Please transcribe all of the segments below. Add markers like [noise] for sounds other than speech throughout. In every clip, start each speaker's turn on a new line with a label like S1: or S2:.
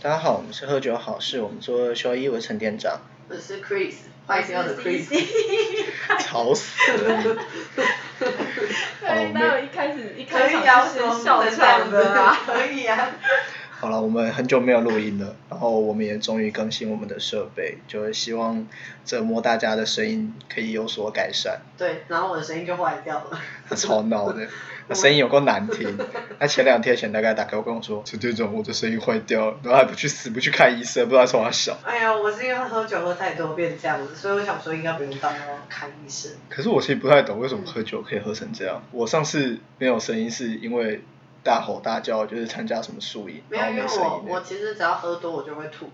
S1: 大家好，我们是喝酒好事，我们做修一，我是陈店长，
S2: 我是 Chris，坏掉的 Chris。
S3: C
S1: 吵死了。
S3: [laughs]
S2: [laughs]
S3: 对，那我一开始一开
S2: 以啊
S3: 场
S2: 为什么
S3: 就
S2: 不
S3: 是笑
S2: 能这
S3: 场
S2: 样
S3: 的啊。
S2: [laughs] 可以啊。
S1: 好了，我们很久没有录音了，然后我们也终于更新我们的设备，就是希望折磨大家的声音可以有所改善。
S2: 对，然后我的声音就坏掉了。
S1: 超闹的，那声音有够难听。那前两天前大概打给我跟我说，陈队长，我的声音坏掉了，然后还不去死不去看医生，不知道从哪小。
S2: 哎呀，我是因为喝酒喝太多变这样子，所以我想说应该不用到看医生。
S1: 可是我其实不太懂为什么喝酒可以喝成这样。我上次没有声音是因为大吼大叫，就是参加什么宿营，
S2: 没有，
S1: 然后
S2: 因为
S1: 没声
S2: 我
S1: 音
S2: 我
S1: 的。
S2: 其实只要喝多我就会吐，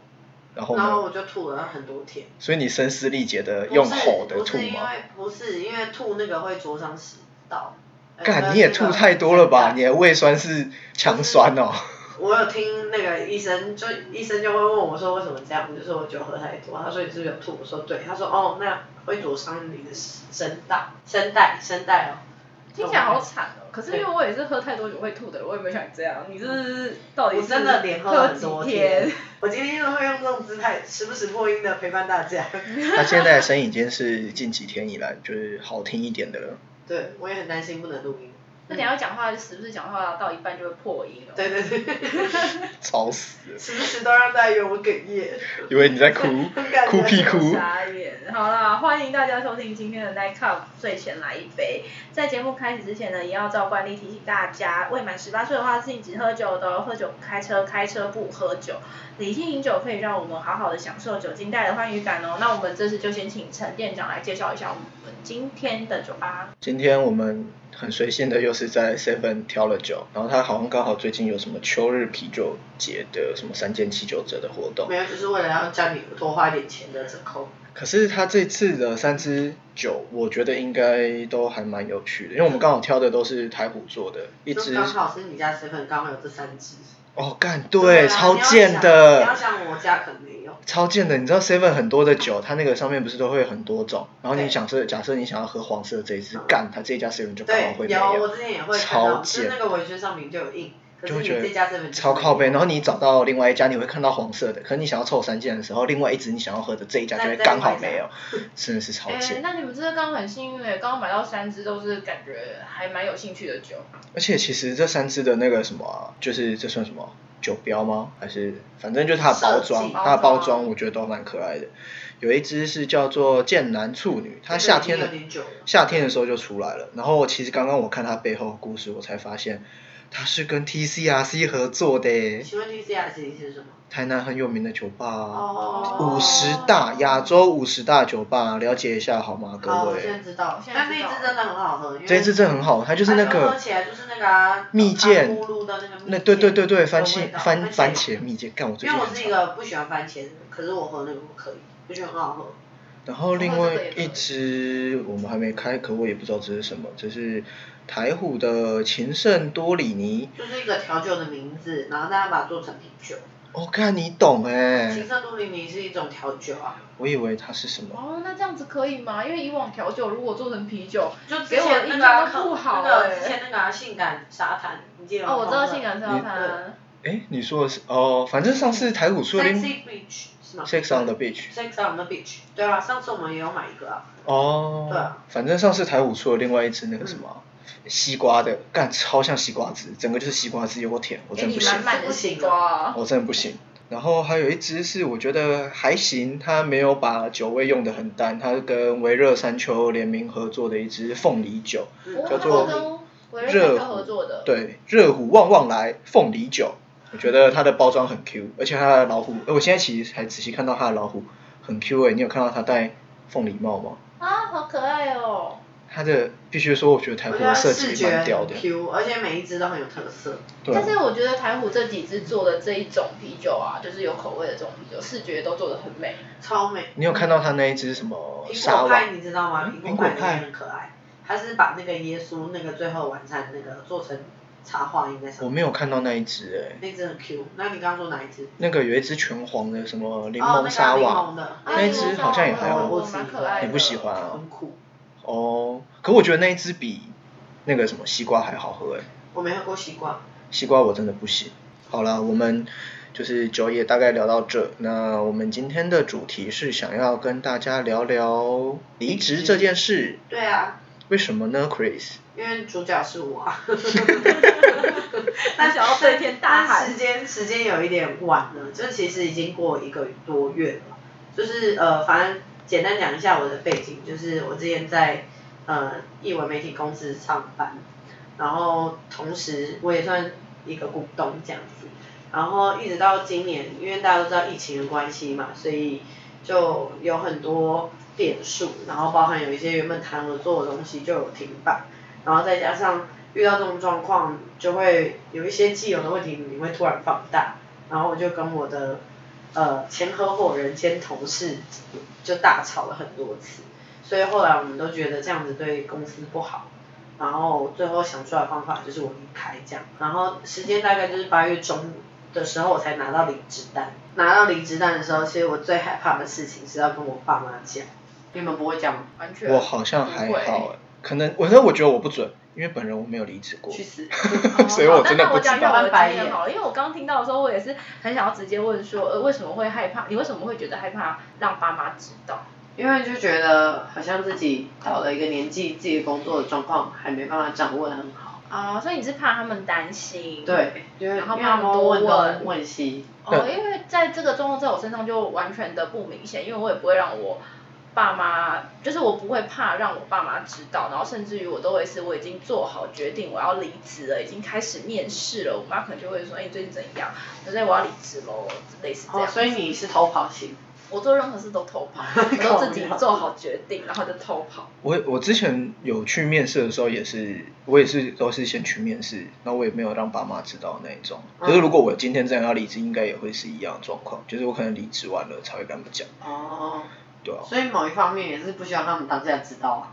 S1: 然后
S2: 然
S1: 呢？
S2: 后我就吐了很多天。
S1: 所以你声嘶力竭的呃用吼的
S2: 不是
S1: 吐
S2: 不是因
S1: 吗？
S2: 为呃不是因为吐那个会灼伤食道。呃
S1: 干，你也吐太多了
S2: 啊
S1: 吧？你的胃酸是强酸
S2: [laughs]
S1: 哦。
S2: 我有听那个医生，就医生就会问我说为什么这样，我就说我酒喝太多。他说你是不是有吐？我说对。他说哦，那会灼伤你的声带，声带，声带哦。
S3: 听起来好惨哦，可是因为我也是喝太多酒会吐的人，我也没想这样。哦你是到底
S2: 我
S3: 是
S2: 真的连喝了
S3: 喝
S2: 很
S3: 几
S2: 多
S3: 天？。
S2: 我今天就会用这种姿态，时不时破音的陪伴大家。
S1: 他现在的声音已经是近几天以来就是好听一点的了。
S2: 对，我也很担心不能录音。
S3: 那你要讲话，时不时讲话到一半就会破音了。
S2: 对对对，
S1: 吵死了，
S2: 时不时都让大家以为我哽咽。
S1: 以为你在
S2: [laughs]
S1: 哭
S2: 感，觉
S1: 哭屁 [laughs] 哭。
S3: 傻眼。好啦，欢迎大家收听今天的 Night Cup 睡前来一杯。在节目开始之前呢，也要照惯例提醒大家，未满十八岁的话是禁止喝酒的哦，喝酒不开车，开车不喝酒。理性饮酒可以让我们好好的享受酒精带来的欢愉感哦。那我们这次就先请陈店长来介绍一下我们今天的酒吧。
S1: 今天我们很随性的又是在 Seven 挑了酒，然后他好像刚好最近有什么秋日啤酒节的什么三件七九折的活动
S2: 没，有，就是为了要叫你多花一点钱的折扣。
S1: 可是他这次的三支酒，我觉得应该都还蛮有趣的，因为我们刚好挑的都是台虎做的，一
S2: 就
S1: 支
S2: 刚好是你家身份，刚好有这三只。
S1: 哦干
S2: 啊
S1: 对，超贱
S2: 你要
S1: 的，
S2: 想你要想我家可能没有。
S1: 超贱的，你知道 Seven 很多的酒，它那个上面不是都会有很多种，然后你
S2: 对
S1: 想设假设你想要喝黄色的这一支，
S2: 嗯
S1: 干它这家 Seven 就刚好
S2: 对
S1: 会，没
S2: 有，我之前也会看
S1: 超
S2: 到，
S1: 贱
S2: 就是那个文宣上面就有印，可
S1: 就是会
S2: 你
S1: 觉
S2: 这家这
S1: 得
S2: 本
S1: 超靠背，然
S2: 后
S1: 后你找到另外一家，你会看到黄色的，可是你想要凑三件的时候，另外一支你想要喝的这一家就会刚好没有，真的是超
S3: 哎、
S1: 贱。
S3: 那你们真的刚刚很幸运哎、刚刚买到三支都是感觉还蛮有兴趣的酒。
S1: 而且其实这三支的那个什么啊、就是这算什么酒标吗？还是反正就是它的包
S2: 设
S1: 装，
S2: 计
S1: 它的包
S3: 包装
S1: 装我觉得都蛮可爱的。有一支是叫做剑南处女，它夏天的
S2: 有点久了。
S1: 夏天的时候就出来了。然后其实刚刚我看它背后的故事，我才发现它是跟 TCRC 合作的耶，
S2: 请问 T C R C 是什么？
S1: 台南很有名的酒吧啊、
S2: 哦
S1: 五十大亚洲五十大酒吧，了解一下好吗，各
S2: 哦，我现在
S1: 位？
S2: 知道，
S3: 现在
S2: 但那
S3: 知
S2: 一
S3: 道
S2: 只真的很好喝，因为
S1: 这一支真的很好，它就是那
S2: 它喝
S1: 个
S2: 起来就是那个啊
S1: 蜜饯
S2: 糖葫芦的那个蜜饯，
S1: 那对对对对番
S2: 的味
S1: 茄
S2: 道
S1: 番番。茄
S2: 而
S1: 蜜饯，干我
S2: 且
S1: 最近
S2: 因为我
S1: 很
S2: 是一
S1: 常。
S2: 个不喜欢番茄的人，可是我喝那个我可以，我觉得很好喝。
S1: 然后另
S3: 我
S1: 外
S3: 喝这个也可以
S1: 一支我们还没开，可我也不知道这是什么，这是台虎的情圣多里尼。
S2: 就是一个调酒的名字，然后大家把它做成啤酒。
S1: 我、哦、看你懂哎、
S2: 情色都灵灵是一种调酒啊，
S1: 我以为它是什么。
S3: 哦，那这样子可以吗？因为以往调酒如果做成啤酒，
S2: 就之
S3: 给我的
S2: 前那
S3: 印
S2: 个
S3: 象
S2: 啊
S3: 都不好
S2: 那
S3: 哎、
S2: 个之前那个啊性感沙滩，你记得吗？
S3: 哦，我知道性感沙滩
S2: 嗯，
S1: 哎，你说的是哦，反正上次台虎出的另
S2: Sexy Beach 是吗
S1: Sex on the Beach
S2: Sex on the Beach，对啊，上次我们也有买一个啊，
S1: 哦，
S2: 对啊
S1: 反正上次台虎出了另外一支那个什么啊。西瓜的，干超像西瓜汁，整个就是西瓜汁，有够甜，我
S3: 给
S1: 真的
S2: 哎
S3: 你
S1: 不行
S3: 满，满的西瓜。
S1: 我真的不行。然后还有一支是我觉得还行，它没有把酒味用的很淡，它是跟维热山丘联名合作的一支凤梨酒，
S2: 嗯
S1: 叫
S3: 它
S1: 做
S2: 然后
S3: 是跟维瑞
S1: 热
S3: 山丘合作的，
S1: 对，热虎旺旺来凤梨酒，我觉得它的包装很 Q，而且它的老虎，呃我现在其实还仔细看到它的老虎很 Q 欸诶、你有看到它戴凤梨帽吗？
S3: 啊，好可爱哦。
S1: 它的必须说，我觉得台
S2: 我
S1: 虎
S2: 觉
S1: 的
S2: 得
S1: 设
S2: 视
S1: 计
S2: 觉
S1: 蛮屌
S2: 很
S1: 的，
S2: Q，而且每一只都很有特色。
S1: 对啊
S3: 但是我觉得台虎这几支做的这一种啤酒啊，就是有口味的这种啤酒，视觉都做的很美。
S2: 超美。
S1: 你有看到他那一只什么
S2: 苹
S1: 哦沙瓦
S2: 果派？你知道吗？
S1: 嗯
S2: 苹果派很可爱，它是把那个耶稣那个最后晚餐那个做成插花印在上
S1: 我
S2: 面。
S1: 没有看到那一只哎、
S2: 那只很 Q，那你刚刚说哪一只？
S1: 那个有一只全黄的，什么柠
S2: 哦那
S1: 檬
S2: 个
S1: 沙
S2: 柠
S1: 瓦，
S2: 檬的
S1: 那一只好像也还
S2: 我
S1: 好。
S2: 喜
S3: 蛮
S2: 欢
S3: 可爱的
S1: 你不喜欢啊
S2: 很苦。
S1: 哦，可我觉得那一只比那个什么西瓜还好喝哎、
S2: 我没喝过西瓜，
S1: 西瓜我真的不行。好啦，我们就是酒也大概聊到这。那我们今天的主题是想要跟大家聊聊离职这件事，
S2: 对啊，
S1: 为什么呢，Chris？
S2: 因为主角是我、
S3: [laughs]
S2: 啊。
S3: 他想要对天大
S2: 但
S3: 喊
S2: 时，间时间有一点晚了，就其实已经过一个多月了。就是呃，反正简单讲一下我的背景，就是我之前在呃译文媒体公司上班，然后同时我也算一个股东这样子。然后一直到今年，因为大家都知道疫情的关系嘛，所以就有很多变数，然后包含有一些原本谈合作的东西就有停摆，然后再加上遇到这种状况，就会有一些既有的问题你会突然放大，然后我就跟我的呃前合伙人、前同事就大吵了很多次，所以后来我们都觉得这样子对公司不好，然后最后想出来的方法就是我离开这样，然后时间大概就是八月中的时候我才拿到离职单，拿到离职单的时候，其实我最害怕的事情是要跟我爸妈讲，你们不会讲吗？
S3: 完全
S1: 我好像还
S3: 不会
S1: 好哎、可能我那我觉得我不准，因为本人我没有离职过，
S2: 去死！
S1: [laughs] 所以我
S3: 哦好
S1: 真的
S3: 那那
S1: 不
S3: 我
S1: 知
S3: 讲一下
S1: 道。
S3: 我的经验好了，因为我刚听到的时候，我也是很想要直接问说，呃，为什么会害怕？你为什么会觉得害怕让爸妈知道？
S2: 因为就觉得好像自己到了一个年纪，自己的工作的状况还没办法掌握的很好。
S3: 啊、所以你是怕他们担心？。
S2: 对，因为
S3: 然后
S2: 因为他
S3: 帮
S2: 们
S3: 我
S2: 都问
S3: 多
S2: 东
S3: 问
S2: 问西，
S3: 哦，因为在这个状况在我身上就完全的不明显，因为我也不会让我爸妈，就是我不会怕让我爸妈知道，然后甚至于我都会是我已经做好决定，我要离职了，已经开始面试了，我妈可能就会说，哎、你最近怎样？我说我要离职喽，类似这
S2: 哦，
S3: 样。
S2: 所以你是偷跑型，
S3: 我做任何事都
S2: [laughs]
S3: 偷跑，我都自己做好决定，然后就偷跑。
S1: 我我之前有去面试的时候，也是我也是都是先去面试，然后我也没有让爸妈知道那一种。可是如果我今天真的要离职，应该也会是一样的状况，就是我可能离职完了才会跟他们讲，
S2: 哦，
S1: 对啊。
S2: 所以某一方面也是不希望他们当下知道啊，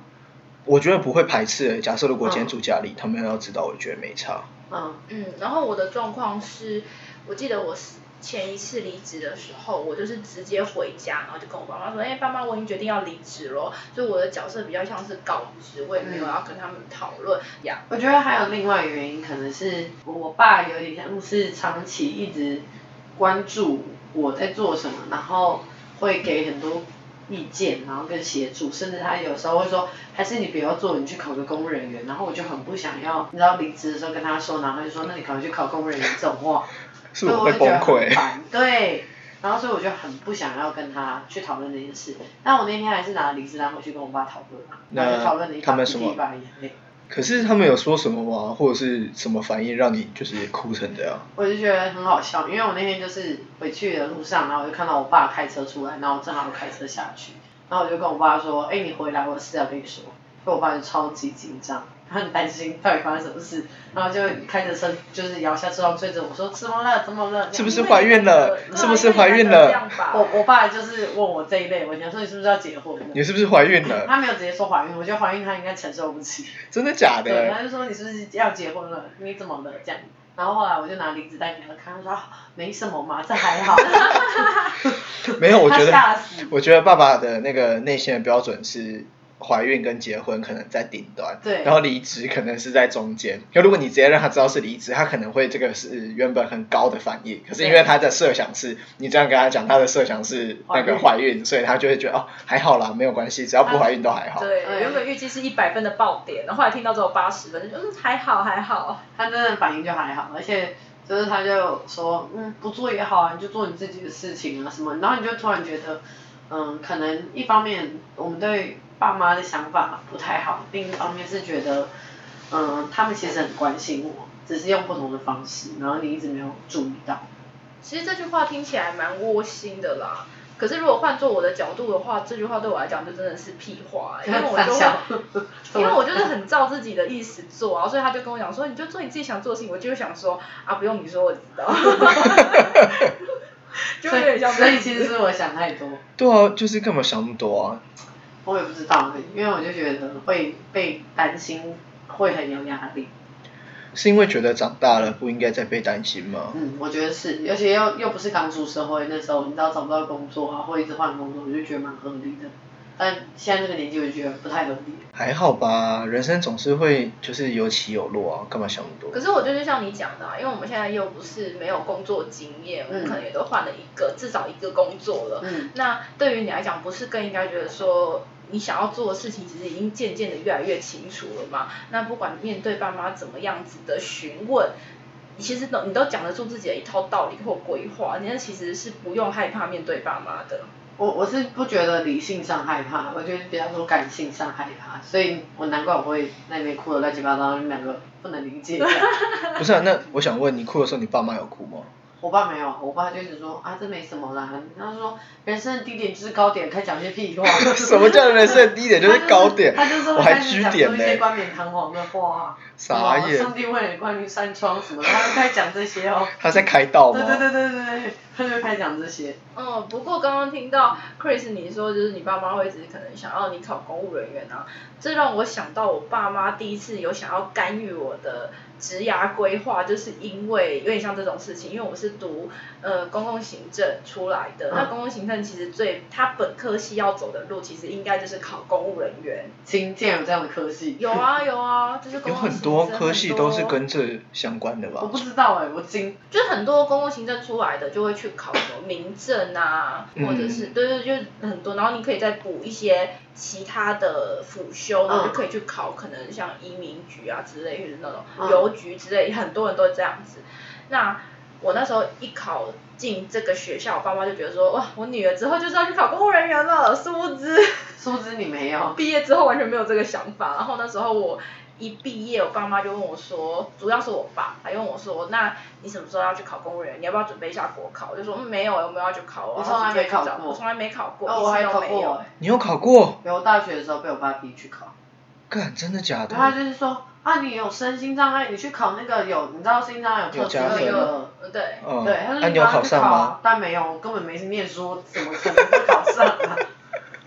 S1: 我觉得不会排斥、欸。假设如果今天住家里，他们要知道，我觉得没差。
S2: 嗯，
S3: 嗯，然后我的状况是，我记得我是前一次离职的时候，我就是直接回家，然后就跟我爸妈说，哎、爸妈，我已经决定要离职咯。所以我的角色比较像是告知，我也没有要跟他们讨论呀。
S2: 我觉得还有另外一个原因，可能是我爸有点像是长期一直关注我在做什么，然后会给很多意见，然后跟协助，甚至他有时候会说，还是你不要做，你去考个公务人员。然后我就很不想要，你知道离职的时候跟他说，然后他就说，那你赶快去考公务人员这种话，
S1: [laughs] 是我会崩
S2: 所以我哦就觉得很
S1: 溃。
S2: 烦对，然后所以我就很不想要跟他去讨论这件事。但我那天还是拿离职单回去跟我爸讨论嘛，
S1: 那
S2: 然后就讨论了一
S1: 他
S2: 把
S1: 们
S2: 鼻
S1: 什
S2: 涕
S1: 么
S2: 一把眼泪。
S1: 可是他们有说什么吗？或者是什么反应让你就是哭成这样？
S2: 我就觉得很好笑，因为我那天就是回去的路上，然后我就看到我爸开车出来，然后我正好开车下去，然后我就跟我爸说：“哎、你回来，我有事要跟你说。”所以我爸就超级紧张，他很担心到底发生什么事，然后就开着车就是摇下车窗追着我说：“怎么了？怎么了？”
S1: 是不是怀孕了
S3: 对
S1: 是不是怀孕了
S3: 因为你们这样吧
S2: 我我爸就是问我这一类问题，他说你是不是要结婚
S1: 你
S2: 了？
S1: 是不是怀孕了？
S2: 他没有直接说怀孕，我觉得怀孕他应该承受不起。
S1: 真的假
S2: 对，
S1: 的？
S2: 他就说你是不是要结婚了？你怎么了？这样。然后后来我就拿离子单给他看，他说、啊没什么嘛，这还好。
S1: [laughs] 没有，我觉
S2: 他
S1: 得
S2: 吓死。
S1: 我觉得爸爸的那个内心的标准是怀孕跟结婚可能在顶端，
S2: 对
S1: 然后离职可能是在中间。就如果你直接让他知道是离职，他可能会这个是原本很高的反应，可是因为他的设想是，你这样跟他讲，他的设想是那个怀孕，所以他就会觉得哦还好啦，没有关系，只要
S2: 啊
S1: 不怀孕都还好。
S3: 对，
S2: 嗯
S3: 原本预计是一百分的爆点，然后后来听到只有八十分，就觉得嗯还好还好。
S2: 他真的反应就还好，而且就是他就说，嗯，不做也好啊，你就做你自己的事情啊什么。然后你就突然觉得，嗯，可能一方面我们对爸妈的想法不太好，另一方面是觉得，嗯，他们其实很关心我，只是用不同的方式，然后你一直没有注意到。
S3: 其实这句话听起来蛮窝心的啦。可是如果换做我的角度的话，这句话对我来讲就真的是屁话、欸因为
S2: [laughs]
S3: 我就
S2: 傻
S3: 会
S2: 笑
S3: [laughs] 因为我就是很照自己的意思做啊，所以他就跟我讲说，你就做你自己想做的事情。我就想说啊，不用你说，我知道。 [laughs] 就
S2: 所
S3: 有点
S2: 以
S3: 像这
S2: 所以
S3: 样
S2: 其
S3: 子。
S2: 实是我想太多，
S1: 对啊，就是干嘛想那么多啊？
S2: 我也不知道，因为我就觉得会被担心，会很有压力。
S1: 是因为觉得长大了不应该再被担心吗？
S2: 嗯，我觉得是，而且又又不是刚出社会那时候，你知道找不到工作啊，或一直换工作，我就觉得蛮合理的。但现在这个年纪，我就觉得不太合理。
S1: 还好吧，人生总是会就是有起有落啊，干嘛想那么
S3: 可
S1: 多？
S3: 是我觉得就像你讲的、啊，因为我们现在又不是没有工作经验，我们
S2: 嗯
S3: 可能也都换了一个至少一个工作了。
S2: 嗯
S3: 那对于你来讲，不是更应该觉得说，你想要做的事情其实已经渐渐的越来越清楚了嘛？那不管面对爸妈怎么样子的询问，你其实都你都讲得出自己的一套道理或规划，你那其实是不用害怕面对爸妈的。
S2: 我我是不觉得理性上害怕，我觉得比较说感性上害怕，所以我难怪我会那边哭的乱七八糟，你们两个不能理解。
S1: 不是啊，那我想问你哭的时候，你爸妈有哭吗？
S2: 我爸没有，我爸就一直说啊，这没什么啦。他说人生的低点就是高点，开始讲一些屁话。
S1: [laughs] 什么叫人生的低点就是高点？
S2: 他就是
S1: 我
S2: 会
S1: 还
S2: 开始
S1: 居
S2: 讲出
S1: 点
S2: 一些
S1: 呢、
S2: 冠冕堂皇的话，
S1: 傻
S2: 什么
S1: 眼
S2: 上帝为了关于扇窗什么的，他就开始讲这些哦。
S1: 他在开道吗？
S2: 对对对对对对，他就开始讲这些。
S3: 嗯，不过刚刚听到 Chris 你说，就是你爸妈会一直可能想要你考公务人员啊，这让我想到我爸妈第一次有想要干预我的职涯规划，就是因为有点像这种事情，因为我是读呃公共行政出来的，那
S2: 嗯
S3: 公共行政其实最他本科系要走的路，其实应该就是考公务人员。
S2: 请竟然有这样的科系，
S3: 有啊有啊，就是公
S1: 有
S3: 共
S1: 很
S3: 行政
S1: 多科系都是
S3: 很多
S1: 跟这相关的
S2: 我
S1: 吧？
S2: 不知道哎、我惊。
S3: 就是很多公共行政出来的就会去考什么民政啊，
S1: 嗯
S3: 或者是对对，就是很多，然后你可以再补一些其他的辅修，然后就可以去考可能像移民局啊之类，或者是那种
S2: 嗯
S3: 邮局之类，很多人都这样子。那我那时候一考进这个学校，我爸妈就觉得说，哇，我女儿之后就是要去考公务人员了，殊不知。
S2: 殊不知你没有，
S3: 毕业之后完全没有这个想法。然后那时候我一毕业，我爸妈就问我说，主要是我爸，他就问我说，那你什么时候要去考公务员？你要不要准备一下国考？我就说、嗯没有，我没有要去考。
S2: 你从来没哦考过
S3: 我从来没考过，
S2: 哦，我还
S3: 一次
S2: 考
S3: 都没有欸
S2: 过哎、
S1: 你有考过？
S2: 有大学的时候被我爸逼去考，
S1: 干，真的假
S2: 然后他
S1: 的？
S2: 就是说啊，你有身心障碍，你去考那个有，你知道身心障碍有特殊
S1: 有加
S2: 那
S1: 分
S2: 个。
S3: 嗯对。
S1: 嗯，
S2: 对，他
S1: 啊
S2: 说
S1: 你
S2: 你
S1: 有
S2: 帮他
S1: 考
S2: 去
S1: 上
S2: 考
S1: 吗
S2: 啊？？但没有，我根本没念书，怎么可能会考上
S1: [laughs]
S2: 啊？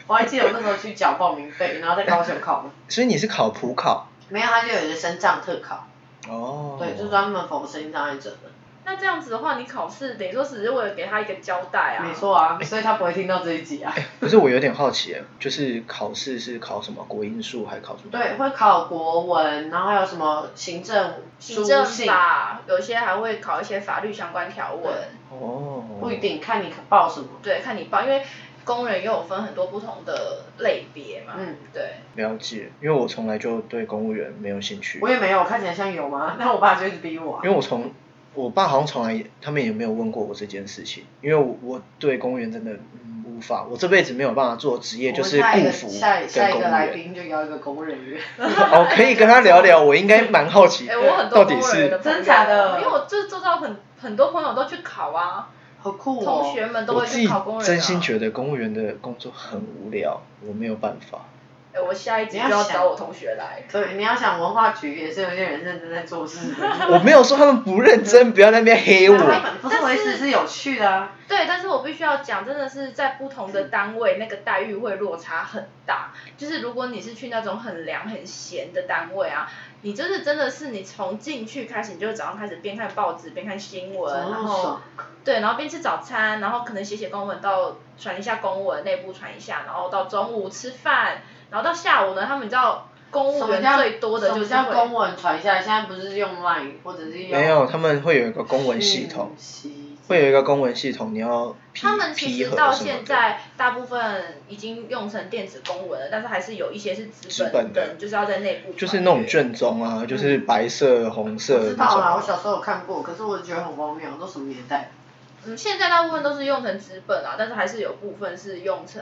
S2: 我还记得我那时候去缴报名费，然后在高雄考的。
S1: 所以你是考普考？
S2: 没有，他就有一个身障特考，
S1: 哦，
S2: 对，就是专门否身心障碍者的。
S3: 那这样子的话，你考试等于说只是为了给他一个交代
S1: 哎
S3: 啊。
S2: 没。错啊，所以他不会听到这一集啊。
S1: 可是我有点好奇耶，就是考试是考什么？国英数还考什么？
S2: 对，会考国文，然后还有什么行政、
S3: 行
S2: 书
S3: 政
S2: 信，
S3: 法有些还会考一些法律相关条文，
S1: 哦，
S2: 不一。定看你报什么。
S3: 对，看你报，因为工人又有分很多不同的类别嘛。
S2: 嗯，
S3: 对。
S1: 了解，因为我从来就对公务员没有兴趣
S2: 我，也没有，看起来像有吗？ [laughs] 但我爸就一直逼我、啊。
S1: 因为我从我爸好像从来也他们也没有问过我这件事情，因为我我对公务员真的、嗯、无法，我这辈子没有办法做职业，就是
S2: 我们下一
S1: 不
S2: 个
S1: 服
S2: 下一下
S1: 跟
S2: 一
S1: 公务
S2: 个来
S3: [laughs]
S1: 员。
S2: 宾就邀一个公务人员。
S1: [laughs] 哦，可以跟他聊聊，我应该蛮好奇，
S3: 哎、我很
S1: 到
S3: 多
S1: 底
S3: 公务人员的
S1: 是
S3: 朋友
S2: 真假的
S3: 因为我就是周遭很很多朋友都去考啊，
S2: 好酷哦！
S3: 同学们都
S1: 我
S3: 会
S1: 自
S3: 去
S1: 己
S3: 考公务员、啊。
S1: 真心觉得公务员的工作很无聊，我没有办法。
S3: 哎、我下一集就要找我同学来。
S2: 对，你要想文化局也是有些人认真在做事的。
S1: 我没有说他们不认真，不要在那边黑
S2: 他
S1: 我。
S2: 们不是我意思是有趣的啊。
S3: 对，但是我必须要讲，真的是在不同的单位，那个待遇会落差很大。就是如果你是去那种很凉很闲的单位啊，你就是真的是你从进去开始，你就早上开始边看报纸边看新闻，
S2: 怎么那
S3: 然
S2: 么
S3: 后
S2: 爽？
S3: 对，然后边吃早餐，然后可能写写公文到传一下公文，内部传一下，然后到中午吃饭，然后到下午呢，他们你知道公
S2: 什
S3: 务
S2: 么
S3: 员
S2: 叫
S3: 最多的就
S2: 什
S3: 是
S2: 么叫公
S3: 会，
S2: 文传一下？现在不是用 Line 或者是用
S1: 没有，他们会有一个公文系统，
S2: 讯息
S1: 会有一个公文系统，你要批
S3: 他们其
S1: 批
S3: 实
S1: 核
S3: 到
S1: 什么
S3: 现
S1: 的
S3: 在大部分已经用成电子公文了，但是还是有一些是纸
S1: 纸
S3: 本
S1: 本的
S3: 的，你就是要在内部
S1: 就是
S3: 传
S1: 那种
S3: 阅。
S1: 卷宗啊，
S3: 嗯
S1: 就是白色、红
S2: 我
S1: 色
S2: 知道啦，
S1: 那
S2: 我
S1: 种。
S2: 小时候有看过，可是我觉得很荒谬，都什么年代？
S3: 嗯，现在大部分都是用成纸本啊，但是还是有部分是用成，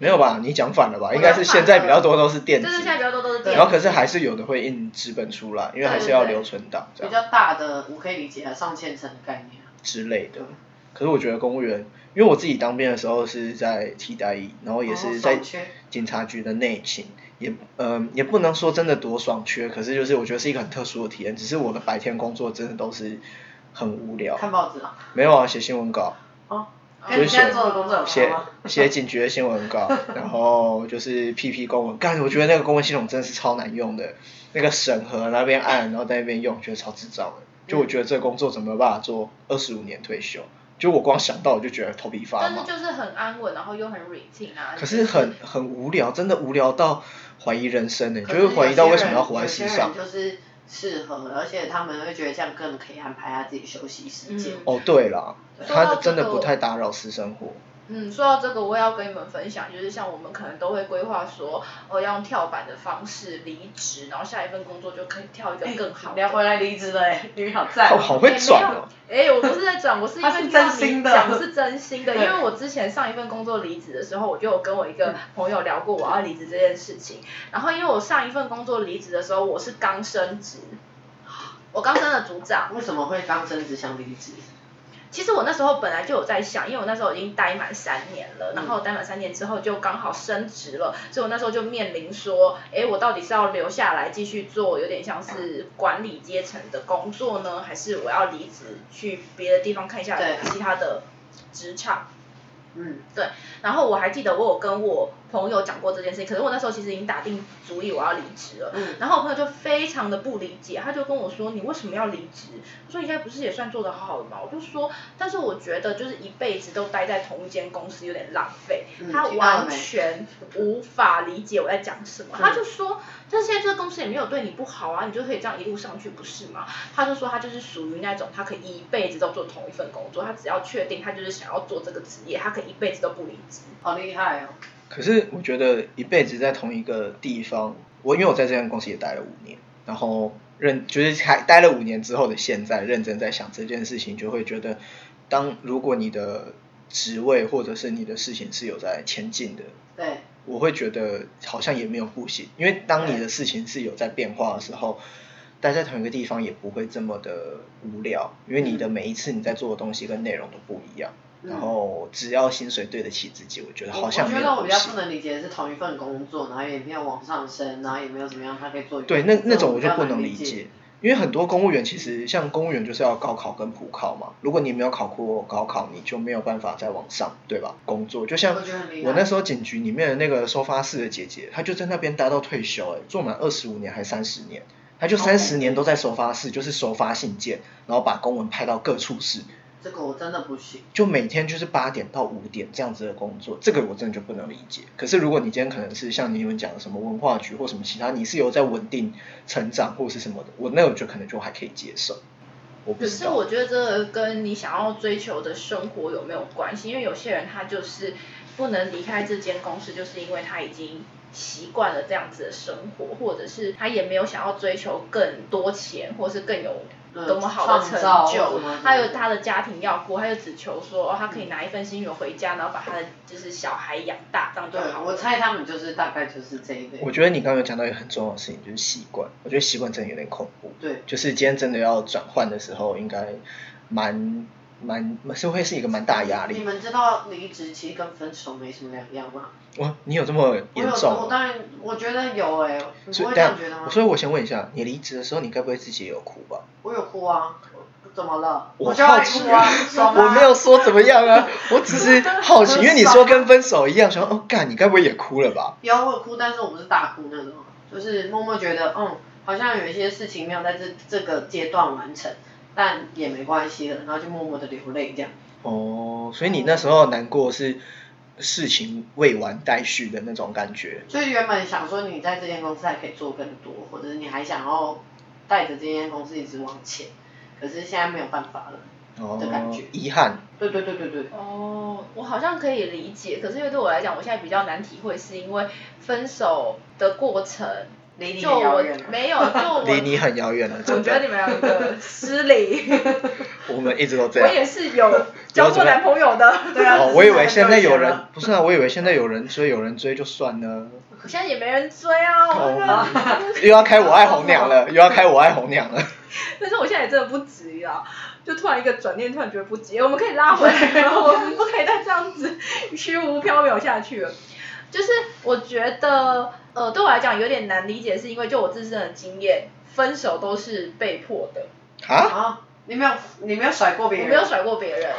S1: 没有吧？你讲反了吧？
S3: 我
S1: 应该是
S3: 讲反
S1: 现在比
S3: 了
S1: 较多都是电
S3: 就
S1: 子
S3: 是，现在比较多都是电
S1: 然后
S3: 子。
S1: 可是还是有的会印纸本出来，因为还是
S3: 对
S1: 要
S3: 对
S1: 留存档这
S2: 比
S1: 样
S2: 较大的我可以理解啊，上千层的概念啊。
S1: 之类的。可是我觉得公务员，因为我自己当兵的时候是在替代役，然后也是
S2: 哦
S1: 在
S2: 爽缺
S1: 警察局的内勤，也嗯、也不能说真的多爽缺，可是就是我觉得是一个很特殊的体验。只是我的白天工作真的都是很无聊，
S2: 看报纸啊，
S1: 没有啊，写新闻稿，
S2: 哦，
S3: 哦
S1: 就是
S2: 你现在
S1: 写
S2: 做的工作有
S1: 写
S2: 差吗？
S1: 写警局的新闻稿，然后就是批批公文，干，我觉得那个公文系统真的是超难用的，那个审核那边按，然后在那边用，觉得超智障的。就我觉得这个工作怎么有办法做二十五年退休？就我光想到我就觉得头皮发
S3: 但是
S1: 麻。
S3: 就是很安稳，然后又很 routine 啊。
S1: 可是很很无聊，真的无聊到怀疑人生呢、
S2: 可
S1: 就是会怀疑到为什么要活在世上
S2: 有。些人就是适合，而且他们会觉得这样更可以安排他自己休息时间。
S3: 嗯
S1: 哦，对啦，
S3: 说到
S1: 他
S3: 这
S1: 真的
S3: 个
S1: 不太打扰私生活。
S3: 嗯，说到这个，我也要跟你们分享，就是像我们可能都会规划说，哦，要用跳板的方式离职，然后下一份工作就可以跳一个更好的。
S2: 哎聊回来离职了、哎，你好赞、
S1: 哦，好会转哦。
S3: [laughs] 哎、我不是在转，我是因为
S2: 他是
S3: 听到
S2: 真心
S3: 你
S2: 的
S3: 讲是真心的，
S2: [laughs]
S3: 因
S2: 对
S3: 为我之前上一份工作离职的时候，我就有跟我一个朋友聊过我要离职这件事情。然后因为我上一份工作离职的时候，我是刚升职，我刚升了组长。
S2: 为什么会刚升职想离职？
S3: 其实我那时候本来就有在想，因为我那时候已经待满三年了，
S2: 嗯
S3: 然后待满三年之后就刚好升职了，所以我那时候就面临说，哎，我到底是要留下来继续做有点像是管理阶层的工作呢，还是我要离职去别的地方看一下
S2: 对
S3: 其他的职场？
S2: 嗯，
S3: 然后我还记得我有跟我朋友讲过这件事情，可是我那时候其实已经打定主意我要离职了。
S2: 嗯
S3: 然后我朋友就非常的不理解，他就跟我说：“你为什么要离职？”我说：“你现在不是也算做得好好的嘛？”我就说：“但是我觉得就是一辈子都待在同一间公司有点浪费。
S2: 嗯
S3: 他
S2: 听到了
S3: 完
S2: 没
S3: 全无法理解我在讲什么，
S2: 嗯
S3: 他就说：“但是现在这个公司也没有对你不好啊，你就可以这样一路上去，不是吗？”他就说他就是属于那种他可以一辈子都做同一份工作，他只要确定他就是想要做这个职业，他可以一辈子都不离职。
S2: 好厉害哦。
S1: 可是我觉得一辈子在同一个地方，我因为我在这间公司也待了五年，然后认就是还待了五年之后的现在，认真在想这件事情，就会觉得，当如果你的职位或者是你的事情是有在前进的，
S2: 对，
S1: 我会觉得好像也没有不行，因为当你的事情是有在变化的时候，待在同一个地方也不会这么的无聊，因为你的每一次你在做的东西跟内容都不一样。
S2: 嗯
S1: 然后只要薪水对得起自己，我觉得
S2: 我
S1: 好
S2: 我
S1: 像没
S2: 觉
S1: 有
S2: 得我比较
S1: 不行
S2: 不能理解的是同一份工作，然后也没有往上升，然后也没有怎么样，他可以做。
S1: 对，那那种我
S2: 比
S1: 就
S2: 较
S1: 不
S2: 难
S1: 能理
S2: 理
S1: 解。，因为很多公务员其实像公务员就是要高考跟普考嘛，如果你没有考过高考，你就没有办法再往上，对吧？工作就像
S2: 我觉得很厉害
S1: 我那时候警局里面的那个收发室的姐姐，她就在那边待到退休、哎，做满二十五年还三十年，她就
S2: 好恐
S1: 三
S2: 怖
S1: 十年都在收发室，就是收发信件，然后把公文派到各处室，
S2: 这个我真的不行。
S1: 就每天就是八点到五点这样子的工作，这个我真的就不能理解。可是如果你今天可能是像你们讲的什么文化局或什么其他，你是有在稳定成长或是什么的，我那我就可能就还可以接受。我不
S3: 可
S1: 知
S3: 是
S1: 道，
S3: 我觉得这个跟你想要追求的生活有没有关系？因为有些人他就是不能离开这间公司，就是因为他已经习惯了这样子的生活，或者是他也没有想要追求更多钱，或是更有
S2: 嗯
S3: 多么好的成
S2: 创造
S3: 就
S2: 或什么的，
S3: 他有他的家庭要过，他就只求说、哦、他可以拿一份薪水回家，然后把他的就是小孩养大，这样就
S2: 对，
S3: 好
S2: 我
S3: 了。
S2: 猜他们就是大概就是这一类。
S1: 我觉得你刚刚有讲到一个很重要的事情，就是习惯。我觉得习惯真的有点恐怖。
S2: 对，
S1: 就是今天真的要转换的时候，应该蛮蛮是会是一个蛮大的压
S2: 你
S1: 力。
S2: 们知道离职其实跟分手没什么两样吗？
S1: 哇，你有这么
S2: 我
S1: 严
S2: 有，
S1: 重
S2: 我
S1: 吗？
S2: 当然，我觉得有哎、你不
S1: 所以
S2: 会这
S1: 但
S2: 样觉得吗？
S1: 所以我想问一下，你离职的时候，你该不会自己也有哭吧？
S2: 我有哭啊，怎么了？
S1: 我
S2: 就爱
S1: 好奇
S2: 哭
S1: [laughs]
S2: 啊，爽吗
S1: 我没有说怎么样啊，
S3: [laughs]
S1: 我只是好奇，因为你说
S3: 啊
S1: 跟分手一样，想说哦，干，你该不会也哭了吧？
S2: 有我有哭，但是我不是大哭那种，就是默默觉得，嗯，好像有一些事情没有在这这个阶段完成，但也没关系了，然后就默默的流泪这样。
S1: 哦，所以你那时候难过是事情未完待续的那种感觉。
S2: 就是原本想说你在这间公司还可以做更多，或者是你还想要带着这间公司一直往前，可是现在没有办法了。
S1: 哦
S2: 的感觉，
S1: 遗憾。
S2: 对对对对对，
S3: 哦，我好像可以理解，可是因为对我来讲，我现在比较难体会，是因为分手的过程，
S2: 离你
S3: 就
S2: 很遥
S3: 我
S2: 远了。
S3: 没有，就
S1: [laughs]
S3: 我
S1: 离你很遥远了，
S3: 我
S1: 真
S3: 觉得
S1: 的。
S3: 你们两
S1: [laughs]
S3: 个失礼，
S1: 我们一直都这
S3: 我
S1: 样。
S3: 也是有交过男朋友的，
S2: 对啊，
S3: [laughs]
S1: 哦，我以为现在有
S2: 只是
S1: 人不是啊，我以为现在有人追，有人追就算了，
S3: 现在也没人追啊，
S1: 哦
S3: 我
S1: [laughs]
S3: 就
S1: 又要开我爱红娘了，又要开我爱红娘了。
S3: 但是我现在也真的不急啊，就突然一个转念，突然觉得不急，我们可以拉回来，
S1: [laughs]
S3: 然后我们不可以再这样子虚无缥缈下去了。就是我觉得，呃，对我来讲有点难理解，是因为就我自身的经验，分手都是被迫的，
S2: 有
S1: 啊？
S2: 哦啊，你没有你没有甩过别人，
S3: 我没有甩过别人。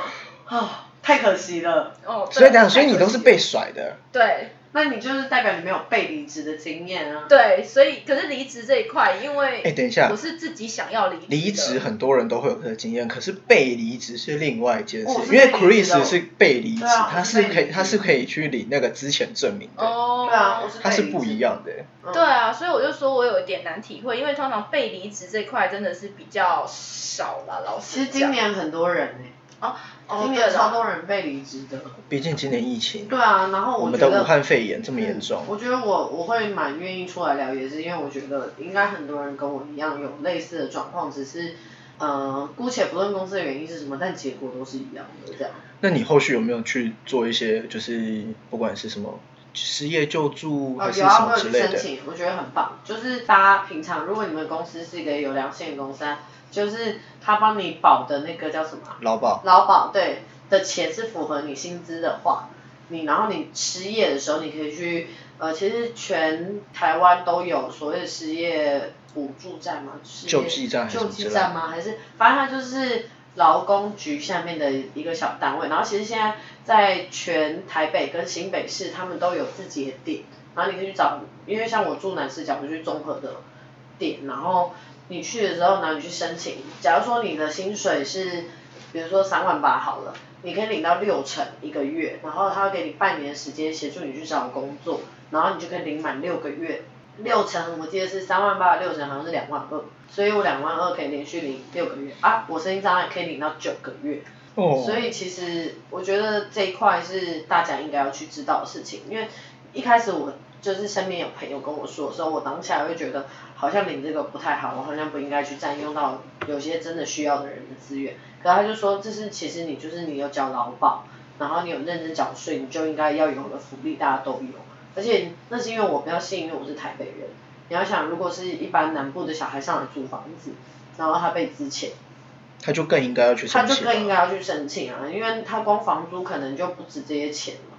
S2: 啊，太可惜了。
S3: 哦，对
S1: 所以这样，所以
S3: 太
S1: 你
S3: 可
S1: 都
S3: 惜
S1: 是
S3: 了
S1: 被甩的，
S3: 对
S2: 那你就是代表你没有被离职的经验啊。
S3: 对，所以可是离职这一块，因为
S1: 哎等一下
S3: 我是自己想要离职的
S1: 离职很多人都会有这个经验，可是被离职是另外一件事，
S2: 哦是
S1: 因为
S2: 被离职的
S1: Chris 是被离职，
S2: 对啊
S1: 他
S2: 我
S1: 是
S2: 是
S1: 可
S2: 被离
S1: 以
S2: 职
S1: 他是可以去领那个之前证明的，
S3: 哦，
S2: 对啊，我是
S1: 他是
S2: 被离职
S1: 不一。样的。
S2: 嗯
S3: 对啊，所以我就说我有一点难体会，因为通常被离职这块真的是比较少啦，老
S2: 其
S3: 师
S2: 实今年很多人呢、
S3: 哦哦
S2: 今
S3: 对
S2: 年
S3: 了
S2: 超多人被离职的。
S1: 毕竟今年疫情，
S2: 对啊，然后
S1: 我
S2: 我
S1: 们的
S2: 觉
S1: 武
S2: 得，嗯
S1: 汉肺炎这么严重，
S2: 我觉得我我会蛮愿意出来聊，也是因为我觉得应该很多人跟我一样有类似的状况，只是呃，姑且不论公司的原因是什么，但结果都是一样的这样。
S1: 那你后续有没有去做一些就是不管是什么失业救助
S2: 啊，
S1: 还是
S2: 有
S1: 什
S2: 啊，我
S1: 么
S2: 有
S1: 之
S2: 去
S1: 类
S2: 申
S1: 的？
S2: 请，我觉得很棒。就是大家平常，如果你们公司是一个有良心的公司啊，就是他帮你保的那个叫什么啊
S1: 劳保
S2: 劳保对的钱是符合你薪资的话，你然后你失业的时候，你可以去呃，其实全台湾都有所谓的失业补助站嘛，失业
S1: 救济站还是什
S2: 救
S1: 么之类的
S2: 济站吗？还是反正它就是劳工局下面的一个小单位。然后其实现在在全台北跟新北市，他们都有自己的点，然后你可以去找，因为像我住南市角，我就去综合的点，然后你去的时候，然后你去申请。假如说你的薪水是，比如说三万八好了，你可以领到六成一个月，然后他会给你半年的时间协助你去找工作，然后你就可以领满六个月。六成我记得是三万八，六成好像是两万二，所以我两万二可以连续领六个月啊，我身心障碍可以领到九个月。
S1: 哦，
S2: 所以其实我觉得这一块是大家应该要去知道的事情，因为一开始我就是身边有朋友跟我说的时候，我当下会觉得好像领这个不太好，我好像不应该去占用到有些真的需要的人的资源。可他就说，这是其实你就是你有缴劳保，然后你有认真缴税，你就应该要有的福利大家都有。而且那是因为我比较幸运，我是台北人。你要想，如果是一般南部的小孩上来租房子，然后他被支遣，
S1: 他就更应该要去申
S2: 他
S1: 请。
S2: 就更应该要去申请啊，因为他光房租可能就不止这些钱了，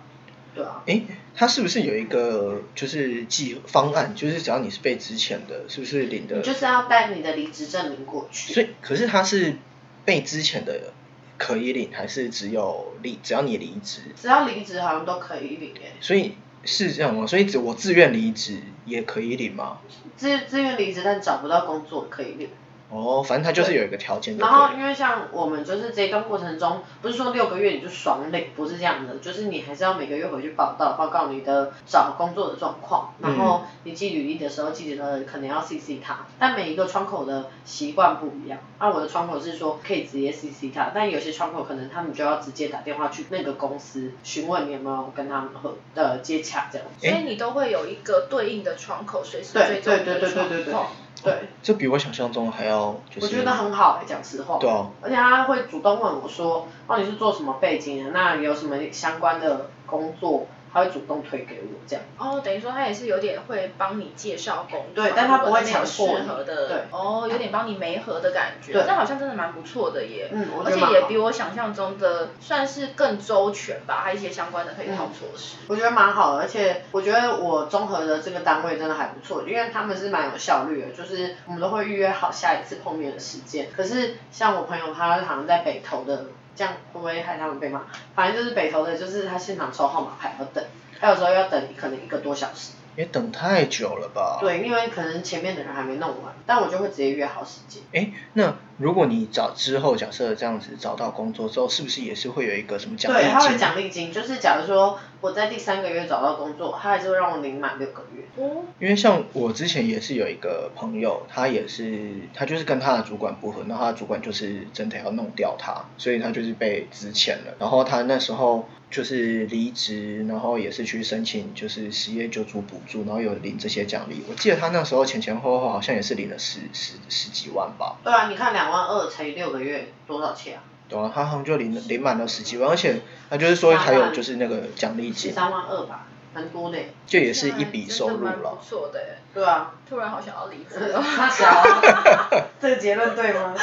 S2: 对啊。
S1: 诶，他是不是有一个就是计方案，就是只要你是被支遣的，是不是领的？
S2: 你就是要带你的离职证明过去。
S1: 所以，可是他是被支遣的可以领，还是只有离只要你离职？
S2: 只要离职好像都可以领欸诶、
S1: 所以是这样吗？所以只我自愿离职也可以领吗？
S2: 自自愿离职但找不到工作可以领。
S1: 哦，反正他就是有一个条件就
S2: 然
S1: 对了
S2: 后因为像我们就是这一段过程中，不是说六个月你就爽领，不是这样的，就是你还是要每个月回去报道，报告你的找工作的状况，然后你寄履历的时候记得可能要 CC 他，但每一个窗口的习惯不一样。那、我的窗口是说可以直接 CC 他，但有些窗口可能他们就要直接打电话去那个公司询问你有没有跟他们合呃接洽这样子。
S3: 所以你都会有一个对应的窗口，随时
S2: 对
S3: 追踪
S2: 对
S3: 你
S2: 对
S3: 的
S2: 对
S3: 窗
S2: 对
S3: 口。
S2: 对哦对对，
S1: 这比我想象中还要就是
S2: 我觉得很好、欸、讲实话。
S1: 对啊，
S2: 而且他会主动问我说：“哦，你是做什么背景的？那有什么相关的工作？”他会主动推给我这样。
S3: 哦，等于说他也是有点会帮你介绍工作，
S2: 对但他不会
S3: 如果你有
S2: 强迫你
S3: 适合的，
S2: 对
S3: 哦，有点帮你媒合的感觉，
S2: 对
S3: 这好像真的蛮不错的耶，
S2: 嗯我
S3: 而
S2: 觉得
S3: 且
S2: 蛮
S3: 也
S2: 好
S3: 比我想象中的算是更周全吧，还有一些相关的配
S2: 嗯
S3: 套措施。
S2: 我觉得蛮好的，而且我觉得我综合的这个单位真的还不错，因为他们是蛮有效率的，就是我们都会预约好下一次碰面的时间。可是像我朋友他好像在北投的，这样会不会害他们被骂？反正就是北投的，就是他现场抽号码牌要等，他有时候要等可能一个多小时。
S1: 也等太久了吧？。
S2: 对，因为可能前面的人还没弄完，但我就会直接约好时间。
S1: 哎，那如果你找之后，假设这样子找到工作之后，是不是也是会有一个什么奖励
S2: 对，他会
S1: 金？
S2: 奖励金，就是假如说我在第三个月找到工作，他还是会让我领满六个月。
S3: 哦，
S1: 因为像我之前也是有一个朋友，他也是他就是跟他的主管不合，那他的主管就是真的要弄掉他，所以他就是被支遣了。然后他那时候就是离职，然后也是去申请就是失业救助补助，然后有领这些奖励。我记得他那时候前前后后好像也是领了十十十几万吧。
S2: 对啊，你看两万二乘以六个月多少钱啊？
S1: 对啊，他好像就领了领满了十几万，而且他就是说还有就是那个奖励
S2: 十
S1: 金，
S2: 三万二吧，蛮多的耶。
S1: 就也是一笔收入
S3: 真的蛮
S1: 了
S3: 不。错的耶。
S1: [laughs]
S2: 对啊，
S3: 突然好想要离职
S2: 嗯
S3: 哦。
S2: 这个结论对
S1: [laughs]
S2: 吗？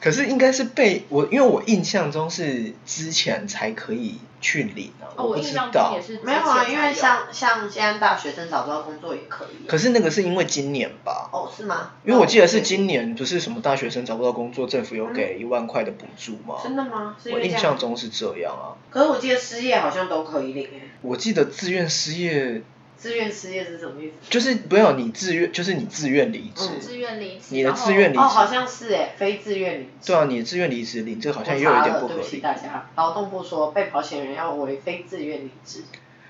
S1: 可是应该是被我，因为我印象中是之前才可以去领啊，
S3: 哦，
S1: 不
S3: 我印
S1: 知
S3: 象中
S1: 道
S3: 也。是之
S2: 没有啊，
S3: 前
S2: 因
S3: 才
S2: 为像像现在大学生找不到工作也可以啊。
S1: 可是那个是因为今年吧，
S2: 哦，是吗？
S1: 因为我记得是今年不是什么大学生找不到工作，政府有给一万块的补助吗？
S2: 嗯真的吗？是因
S1: 我
S2: 为
S1: 印
S2: 这
S1: 象
S2: 样？
S1: 中是这样啊。
S2: 可是我记得失业好像都可以领诶，
S1: 我记得自愿失业
S2: 自愿失业是什么意思？
S1: 就是没有你自愿，就是你自愿离职。
S2: 嗯
S3: 自愿离职，
S1: 你的
S3: 然后
S1: 自愿离
S2: 哦，
S1: 职
S2: 好像是诶，非自愿离职。
S1: 对啊，你自愿离职领这个好像
S2: 我
S1: 也有一
S2: 查
S1: 点
S2: 了，
S1: 不
S2: 对
S1: 合
S2: 不起
S1: 理。
S2: 大家，劳动部说被保险人要为非自愿离职。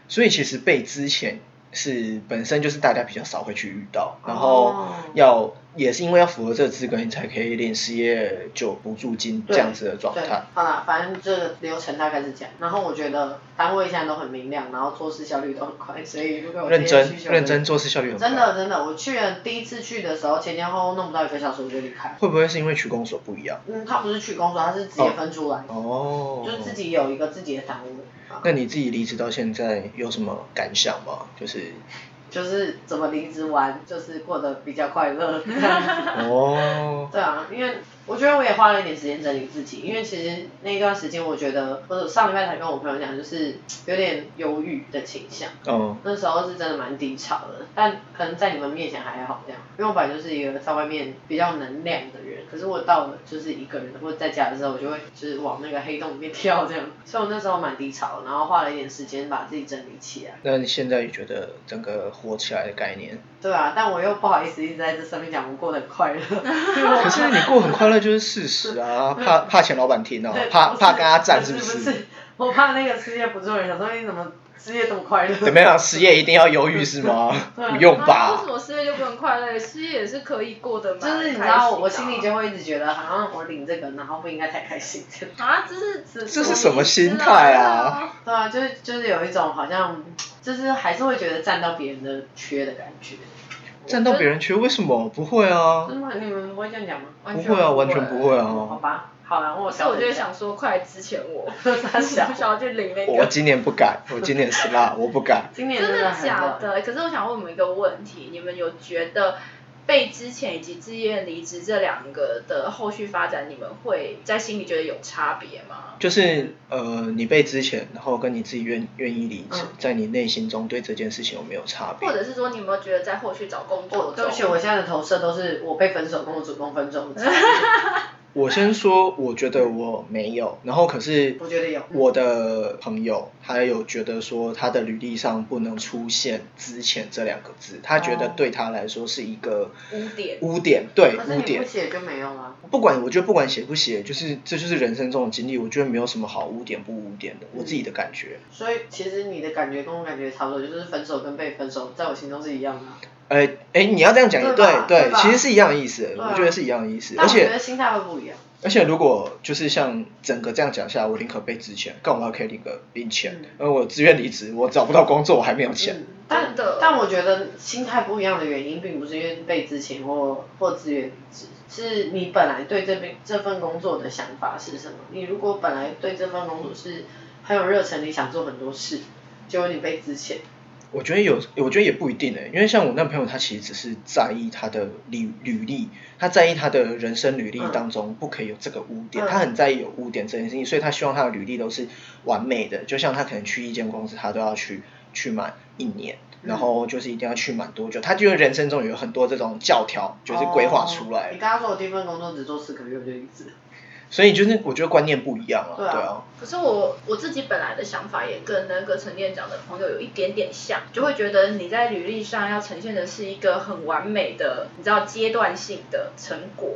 S1: 所以其实被之前是本身就是大家比较少会去遇到，然后
S2: 哦
S1: 要也是因为要符合这个资格，你才可以领失业就补助金这
S2: 对
S1: 样子的状
S2: 对
S1: 态。，
S2: 好啦，反正这个流程大概是这样。然后我觉得单位现在都很明亮，然后做事效率都很快，所以如果有这
S1: 认
S2: 些
S1: 真
S2: 需求，
S1: 认真做事效率很高。
S2: 真的真的，我去了第一次去的时候，前前后后弄不到一个小时我就离开了。
S1: 会不会是因为取工所不一样？
S2: 嗯，他不是去工作，他是直接分出来，
S1: 哦，
S2: 就是自。己有一个自己的单位，啊
S1: 那你自己离职到现在有什么感想吗？
S2: [laughs]
S1: 就是
S2: 就是怎么离职完，就是过得比较快乐 [laughs] 这样子
S1: [laughs] 哦，
S2: 对啊，因为我觉得我也花了一点时间整理自己，因为其实那一段时间，我觉得我上礼拜才跟我朋友讲，就是有点忧郁的倾向，
S1: 哦，
S2: 那时候是真的蛮低潮的，但可能在你们面前还好这样，因为我本来就是一个在外面比较能量的人，可是我到了就是一个人或者在家的时候，我就会就是往那个黑洞里面跳这样， [laughs] 所以我那时候蛮低潮的，然后花了一点时间把自己整理起来。
S1: 那你现在也觉得整个火起来的概念？
S2: 对啊，但我又不好意思一直在这上面讲我过得很快乐， [laughs] 因为我
S1: 可是你过很快乐就是事实啊，怕怕钱老板听哦
S2: 对，
S1: 怕
S2: 不是
S1: 怕跟他战
S2: 不
S1: 不
S2: 是？不是，我怕那个失业补助的人想说哎你怎么失业这么快乐？
S1: 怎么样，失业一定要忧郁是吗？
S2: 对
S1: 不用
S3: 啊为
S1: 吧
S3: 什？么失业就不能快乐？失业也是可以过得蛮开
S2: 就 [laughs] 是
S3: 心的啊
S2: 你知道，我心里就会一直觉得，好像我领这个，然后不应该太开心。
S3: 啊，这是
S1: 这是什么心态啊？
S2: 对啊， [laughs] 就是就是有一种好像，就是还是会觉得占到别人的缺的感觉。
S1: 站到别人去，为什么不会啊
S2: 真？的吗？你们不会这样讲吗？哦
S1: 不会啊，完全不会
S2: 好
S1: 啊！
S2: 吧，好了，我
S3: 所以
S2: 调
S3: 我
S2: 整
S3: 就
S2: 一
S3: 会
S2: 下
S3: 想说，快支前我，
S2: 傻笑
S3: 我想要去领那
S1: 我
S3: 个。
S1: 今年不敢，我今年是
S2: [laughs]
S1: 辣，我不敢。
S2: 今年
S3: 真的
S2: 很
S3: 假
S2: 冷？
S3: 的？可是我想问你们一个问题，你们有觉得被之前以及自愿离职这两个的后续发展，你们会在心里觉得有差别吗？
S1: 就是呃，你被之前，然后跟你自己愿愿意离职
S2: 嗯，
S1: 在你内心中对这件事情有没有差别
S3: 或？者是说，你有没有觉得在后续找工
S2: 我
S3: 作
S2: 对
S3: 中
S2: 不，起，我现在的投射都是我被分手跟我主动分 [laughs] 手的差别，
S1: 我先说，我觉得我没有，然后可是
S2: 我觉得有。
S1: 我的朋友他有觉得说他的履历上不能出现“之前”这两个字，他觉得
S2: 哦
S1: 对他来说是一个
S3: 污点
S1: 污点，对
S2: 可是
S1: 污
S2: 你不
S1: 点。
S2: 写就没用啊。
S1: 不管我觉得不管写不写，就是这就是人生中的经历，我觉得没有什么好污点不污点
S2: 嗯
S1: 的，我自己的感觉。
S2: 所以其实你的感觉跟我感觉差不多，就是分手跟被分手，在我心中是一样的。啊
S1: 哎哎，你要这样讲也
S2: 对吧
S1: 对，
S2: 对吧
S1: 其实是一样的意思，
S2: 对啊
S1: 我觉得是一样的意思，
S2: 但
S1: 而
S2: 我觉
S1: 且。
S2: 得心态会不一样。
S1: 而且如果就是像整个这样讲下来，我宁可被之前，干嘛可以领个领钱
S2: 嗯？
S1: 而我自愿离职，我找不到工作，我还没有钱。
S2: 嗯，但
S3: 真的
S2: 但我觉得心态不一样的原因，并不是因为被之前或或自愿离职，是你本来对这边这份工作的想法是什么？你如果本来对这份工作是很有热忱，你想做很多事，结果你被之前，
S1: 我觉得有，我觉得也不一定诶、因为像我那朋友，他其实只是在意他的履履历，他在意他的人生履历
S2: 嗯
S1: 当中不可以有这个污点，
S2: 嗯
S1: 他很在意有污点这件事情，所以他希望他的履历都是完美的，就像他可能去一间公司，他都要去去满一年。
S2: 嗯
S1: 然后就是一定要去满多久，他觉得人生中有很多这种教条，就是规划出来
S2: 哦你刚刚说我第一份工作只做四个月我就离职，
S1: 所以就是我觉得观念不一样了，
S2: 对啊
S1: 对啊，
S3: 可是我我自己本来的想法也跟那个陈店长的朋友有一点点像，就会觉得你在履历上要呈现的是一个很完美的，你知道阶段性的成果。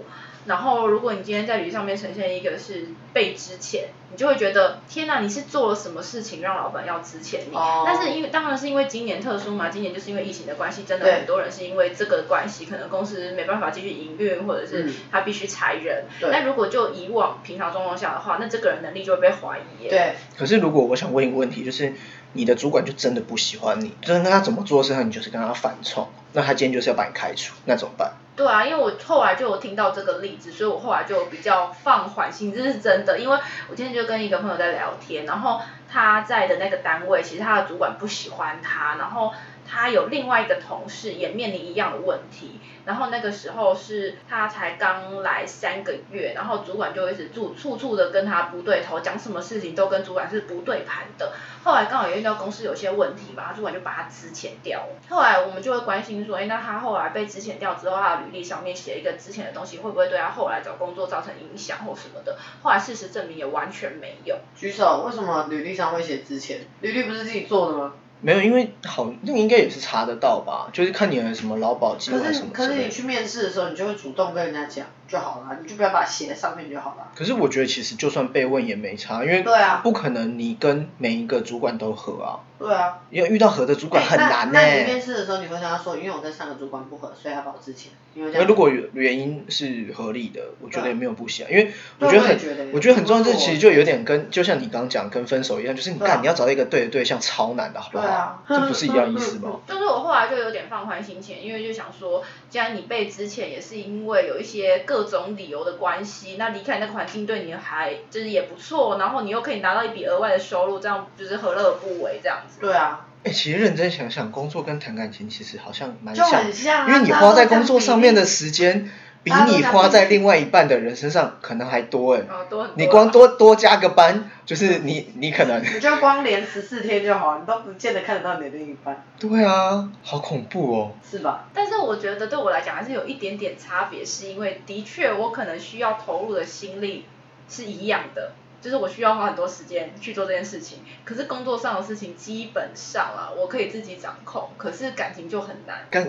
S3: 然后，如果你今天在履历上面呈现一个是被之前，你就会觉得天哪，你是做了什么事情让老板要之前你？
S2: 哦
S3: 但是因为当然是因为今年特殊嘛，今年就是因为疫情的关系，真的
S2: 对
S3: 很多人是因为这个关系，可能公司没办法继续营运，或者是
S2: 嗯
S3: 他必须裁人。
S2: 对
S3: 那如果就以往平常状况下的话，那这个人能力就会被怀疑耶。
S2: 对，
S1: 可是如果我想问一个问题，就是你的主管就真的不喜欢你，就是跟他怎么做事，你就是跟他反冲，那他今天就是要把你开除，那怎么办？
S3: 对啊，因为我后来就有听到这个例子，所以我后来就比较放缓心，这是真的。因为我今天就跟一个朋友在聊天，然后他在的那个单位，其实他的主管不喜欢他，然后。他有另外一个同事也面临一样的问题，然后那个时候是他才刚来三个月，然后主管就一直处处处的跟他不对头，讲什么事情都跟主管是不对盘的。后来刚好也遇到公司有些问题嘛，主管就把他支遣掉了。后来我们就会关心说，哎，那他后来被支遣掉之后，他的履历上面写一个之前的东西，会不会对他后来找工作造成影响或什么的？后来事实证明也完全没有。
S2: 举手，为什么履历上会写之前？履历不是自己做的吗？
S1: 没有，因为好，那个应该也是查得到吧？就是看你有什么劳保金
S2: 可
S1: 啊
S2: 是
S1: 什么
S2: 可
S1: 之
S2: 是
S1: 类
S2: 你
S1: 的。
S2: 去面试的时候，你就会主动跟人家讲就好了，你就不要把它写在上面就好了。啊
S1: 可是我觉得其实就算被问也没差，因为
S2: 对啊
S1: 不可能你跟每一个主管都合啊，
S2: 对啊，
S1: 因为遇到合的主管很难呢、
S2: 哎
S1: 欸
S2: 那那你面试的时候，你会跟他说，因为我跟上个主管不合，所以他把我之前，你会这
S1: 那
S2: 样。
S1: 如果原因是合理的，我觉得也没有不行、啊，因为我觉得很
S2: 对我也觉得，
S1: 我觉得很重要，这
S2: 不错啊
S1: 其实就有点跟，就像你刚讲跟分手一样，就是你
S2: 对啊
S1: 干、你要找到一个对的对象超难的，好不好？
S2: 对啊
S1: 这不是一样意思
S2: [laughs]
S1: 吗？
S3: 就是我后来就有点放宽心情，因为就想说，既然你被之前也是因为有一些各种理由的关系，那离开那个环境对你还就是也不错，然后你又可以拿到一笔额外的收入，这样就是何乐而不为这样子。
S2: 对啊，
S1: 哎、其实认真想想，工作跟谈感情其实好像蛮
S2: 就
S1: 像
S2: 很像啊
S1: 因为你花在工作上面的时间，比
S2: 大家都
S1: 你
S2: 在
S1: 花在
S2: 比哦
S1: 另外一半的人身上可能还多哎、
S3: 啊，多很多啊
S1: 你光多多加个班，就是你你可能
S2: 你就光连十四天就好，你都不见得看得到你的另一半，
S1: 对啊，好恐怖哦。
S2: 是吧？
S3: 但是我觉得对我来讲还是有一点点差别，是因为的确我可能需要投入的心力是一样的，就是我需要花很多时间去做这件事情。可是工作上的事情基本上啊，我可以自己掌控，可是感情就很难。
S1: 感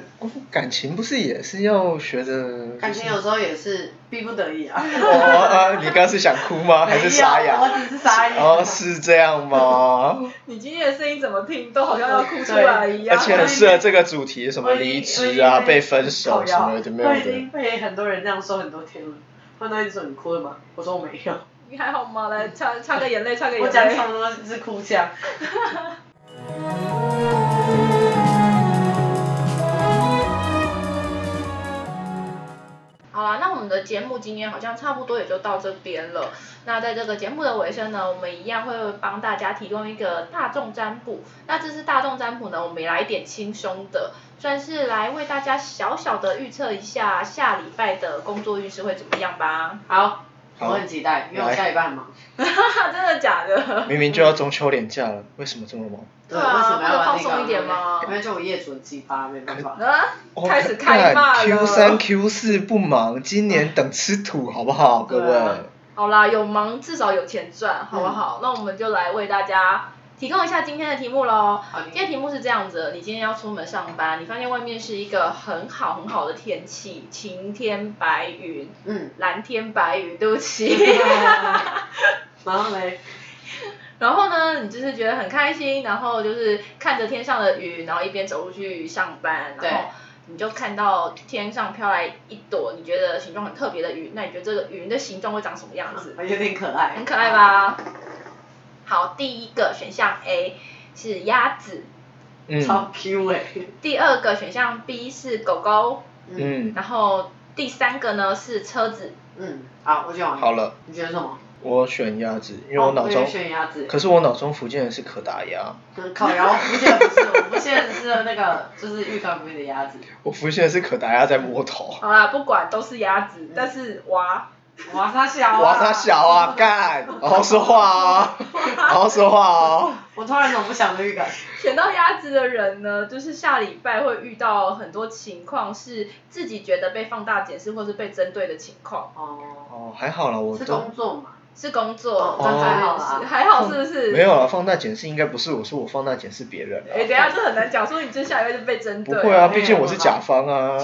S1: 感情不是也是要学着？
S2: 感情有时候也是逼不得已啊。
S1: 我呃，你刚是想哭吗？还是沙
S2: 没有
S1: 哑？
S2: 我只是沙哑。
S1: 哦，是这样吗？
S3: 你今天的声音怎么听都好像要哭出来一样。
S1: 而且很适合这个主题，什么离职啊、被分手什么有的没有
S2: 我已
S1: 的
S2: 经。被很多人这样说很多天了。他们都一直说你哭了吗？我说我没有，
S3: [laughs] 你还好吗？来擦擦个眼泪，擦个
S2: 我
S3: 眼
S2: 讲
S3: 泪。
S2: 什么都是哭 [laughs] 腔。
S3: 好啦，那我们的节目今天好像差不多也就到这边了。那在这个节目的尾声呢，我们一样会帮大家提供一个大众占卜。那这次大众占卜呢，我们也来一点轻松的，算是来为大家小小的预测一下下礼拜的工作运势会怎么样吧。
S2: 好，
S1: 好
S2: 我很期待，因为我
S1: 来
S2: 下礼拜很忙。
S3: [laughs] 真的假的？
S1: 明明就要中秋连假了，为什么这么忙？
S3: 对
S2: 为什
S3: 啊，
S2: 么
S3: 不
S2: 要
S3: 能
S2: 玩那
S3: 放
S2: 个
S3: 松一点吗
S2: 因？为就我业主很鸡巴，没办法。
S3: 啊，
S1: 哦
S3: 开始开骂了。
S1: Q 三 Q 四不忙，今年等吃土好不好，各
S2: 对啊
S1: 位？
S3: 好啦，有忙至少有钱赚，好不好？那我们就来为大家提供一下今天的题目喽。
S2: 好
S3: 今天题目是这样子的：你今天要出门上班，你发现外面是一个很好很好的天气，晴天白云，
S2: [laughs] 嗯，
S3: 蓝天白云，对不起。
S2: [laughs] 然后嘞，
S3: 然后呢，你就是觉得很开心，然后就是看着天上的云，然后一边走路去上班，
S2: 对
S3: 然后你就看到天上飘来一朵你觉得形状很特别的云，那你觉得这个云的形状会长什么样子？
S2: 有点可爱，
S3: 很可爱？吧？好，第一个选项 A 是鸭子，
S1: 嗯
S2: 超 Q 哎。
S3: 第二个选项 B 是狗狗，
S1: 嗯，
S3: 然后第三个呢是车子。
S2: 嗯，好，我选完。
S1: 好。了，
S2: 你觉得什么？
S1: 我选鸭子，因为我脑
S2: 哦
S1: 中
S2: 也，选鸭子。
S1: 可是我脑中福建的是可达鸭，
S2: 嗯烤 [laughs] 鸭，我不现在不是，我不现在只是那个，就是预告里面的鸭子。
S1: 我福建的是可达鸭在摸头。
S2: 啊
S3: 好啦，不管都是鸭子，
S1: 嗯
S3: 但是哇，
S2: 哇，它小、啊。
S1: 哇，他小啊，干，好好说话哦，好好说话哦。
S2: 我突然有种不祥的预感。
S3: 选到鸭子的人呢，就是下礼拜会遇到很多情况是自己觉得被放大检视或是被针对的情况，
S2: 哦。
S1: 哦，还好啦，我
S2: 是
S1: 都
S2: 工作嘛？
S3: 是工作
S2: 哦，
S3: 工作
S1: 还
S2: 好啦
S3: 面试还好是不是？
S1: 没有啦，放大检视应该不是我，是我放大检视别人
S3: 哎、
S1: 啦。
S3: 等一下这很难讲，说你这下一位就被针
S1: 不
S3: 对。
S1: 会啊，毕竟我是甲方啊。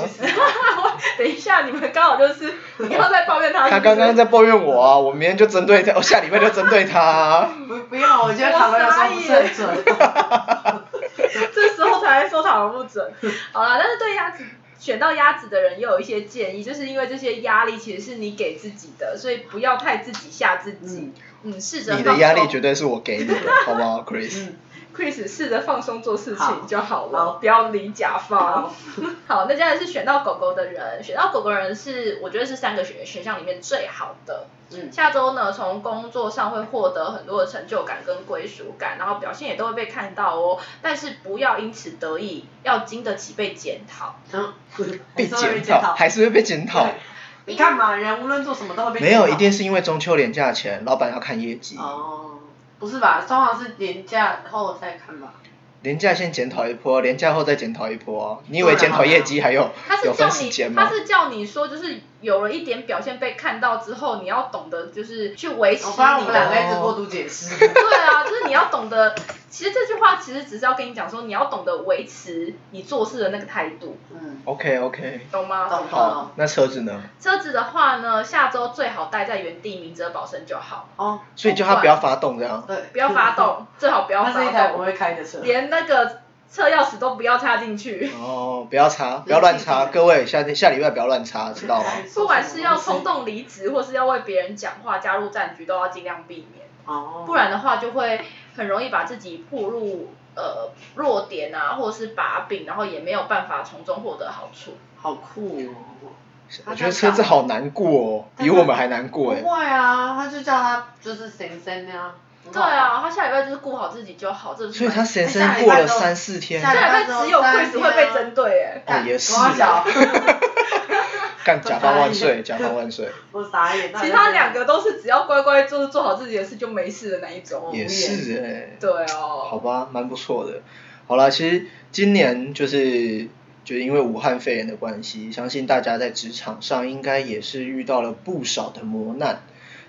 S3: 等一下，你们刚好就是你要在抱怨他是不
S1: 他
S3: 是。
S1: 刚刚在抱怨我啊，我明天就针对他，我、下礼拜就针对他啊。
S2: 不不用，我觉得烤鸭说不是很准。
S3: [laughs] 这时候才说讨论不准。好了，但是对鸭子选到鸭子的人也有一些建议，就是因为这些压力其实是你给自己的，所以不要太自己吓自己。嗯，试着
S1: 你
S3: 放
S1: 的压力
S3: 松
S1: 绝对是我给你的，好不好，Chris？
S3: Chris 试着放松做事
S2: 好
S3: 情就好了，
S2: 好
S3: 不要理甲方
S2: 好。
S3: 好，那接下来是选到狗狗的人，选到狗狗的人是我觉得是三个选选项里面最好的。
S2: 嗯
S3: 下周呢，从工作上会获得很多的成就感跟归属感，然后表现也都会被看到哦。但是不要因此得意，要经得起被检讨。
S2: 嗯，
S1: [laughs] 被
S2: 还是会被
S1: 检
S2: 检
S1: 讨，还是会被检讨。
S2: 你看嘛，人无论做什么都会被
S1: 没有，
S2: 检
S1: 一
S2: 讨
S1: 定是因为中秋连假前，老板要看业绩，
S2: 哦，不是吧？通常是年假后再看吧。
S1: 廉价先检讨一波，廉价后再检讨一波哦。你以为
S2: 当然
S1: 检讨业绩还有
S3: 他是
S1: 有
S3: 叫
S1: 分时
S3: 你
S1: 间，
S3: 他
S1: 吗？
S3: 是叫你说，就是有了一点表现被看到之后，你要懂得就是去维持
S2: 我发哦现我
S3: 你
S2: 们
S3: 的
S2: 两个一直过度解释。
S3: [laughs]
S1: 哦
S3: 对啊，就是你要懂得，其实这句话其实只是要跟你讲说，你要懂得维持你做事的那个态度，
S2: 嗯，
S1: OK OK，
S3: 懂吗？
S2: 懂
S1: 好
S2: 懂，
S1: 那车子呢？
S3: 车子的话呢，下周最好待在原地，明哲保身就好，
S2: 哦，
S1: 所以叫他不要发动这样。
S2: 对，
S3: 不要发，动，最好不要
S2: 它是一
S3: 发
S2: 台不
S3: 动，
S2: 会开的车。
S3: 连那个车钥匙都不要插进 [laughs] 去。
S1: 哦，不要插，不要乱插，各位下下礼拜不要乱插，知道吗？
S3: 不管是要冲动离职，或是要为别人讲话、加入战局，都要尽量避免。
S2: 哦，
S3: 不然的话就会很容易把自己暴入呃弱点啊，或者是把柄，然后也没有办法从中获得好处。
S2: 好酷哦。
S1: 我觉得车子好难过哦，比我们还难
S2: 不 [laughs]
S1: 过哎。
S2: 会啊，他就叫他就是神仙啊。很好
S3: 对，啊，他下礼拜就是顾好自己就好，这不是
S1: 所以
S3: 蛮
S1: 他神生过了三四天，
S3: 下礼
S2: 下
S3: 拜只有 Chris 会被针对哎、
S1: 哦也是
S2: 我
S1: 啊
S2: 小，
S3: [laughs]
S1: 欸干甲方万岁，甲方万岁，
S2: 我傻眼。
S3: 其他两个都是只要乖乖做做好自己的事就没事的那一种。
S1: 也是哎，
S3: 对哦，
S1: 好吧，蛮不错的。好了，其实今年就是就是因为武汉肺炎的关系，相信大家在职场上应该也是遇到了不少的磨难。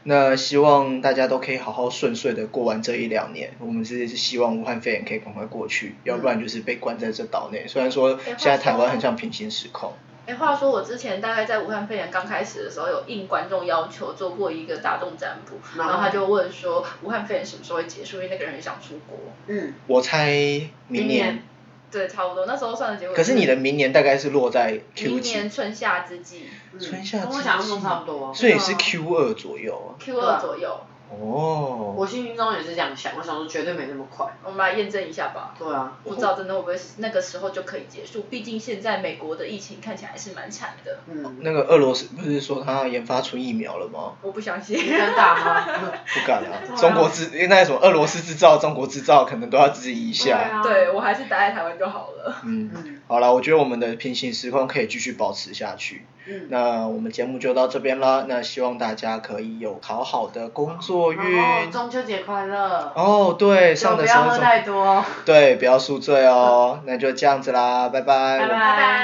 S1: 那希望大家都可以好好顺遂的过完这一两年。我们是希望武汉肺炎可以赶快过去，要不然就是被关在这岛内。虽然说现在台湾很像平行时空，
S3: 哎，话说我之前大概在武汉肺炎刚开始的时候，有应观众要求做过一个大众占卜，
S2: 然
S3: 然
S2: 后
S3: 后他就问说武汉肺炎什么时候会结束，因为那个人很想出国。
S2: 嗯，
S1: 我猜明年
S2: 明年。
S3: 对，差不多那时候算的结果。
S1: 可是你的明年大概是落在 Q
S3: 明
S1: 几？
S3: 年春夏之际
S2: 嗯
S1: 春夏
S2: 跟我
S1: 之
S2: 想象
S1: 际
S2: 中差不多。
S1: 所以是
S3: 对啊
S1: Q 二左右啊。
S3: Q 二左右，
S1: 哦，
S2: 我心中也是这样想，我想说绝对没那么快。
S3: 我们来验证一下吧。
S2: 对啊，
S3: 不知道真的会不会是那个时候就可以结束，毕竟现在美国的疫情看起来还是蛮惨的，
S2: 嗯，
S1: 那个俄罗斯不是说他研发出疫苗了吗？
S3: 我不相信。 [laughs]
S2: 敢打
S1: [laughs]
S2: 吗？
S1: 不敢啊
S2: 对，啊
S1: 中国制那什么俄罗斯制造、中国制造可能都要质疑一
S2: 对
S1: 下。
S2: 啊
S3: 对我还是待在台湾就好了。
S1: 嗯，
S2: 嗯
S1: 好了，我觉得我们的平行时空可以继续保持下去。
S2: 嗯，
S1: 那我们节目就到这边啦，那希望大家可以有好好的工作运。
S2: 然后中秋节快乐，
S1: 哦，对，
S2: 酒
S1: 上
S2: 不
S1: 的时
S2: 要
S1: 候
S2: 喝
S1: 中
S2: 太多。
S1: 对，不要宿醉哦。那就这样子啦，拜拜。
S2: 拜拜
S3: 拜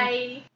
S3: 拜。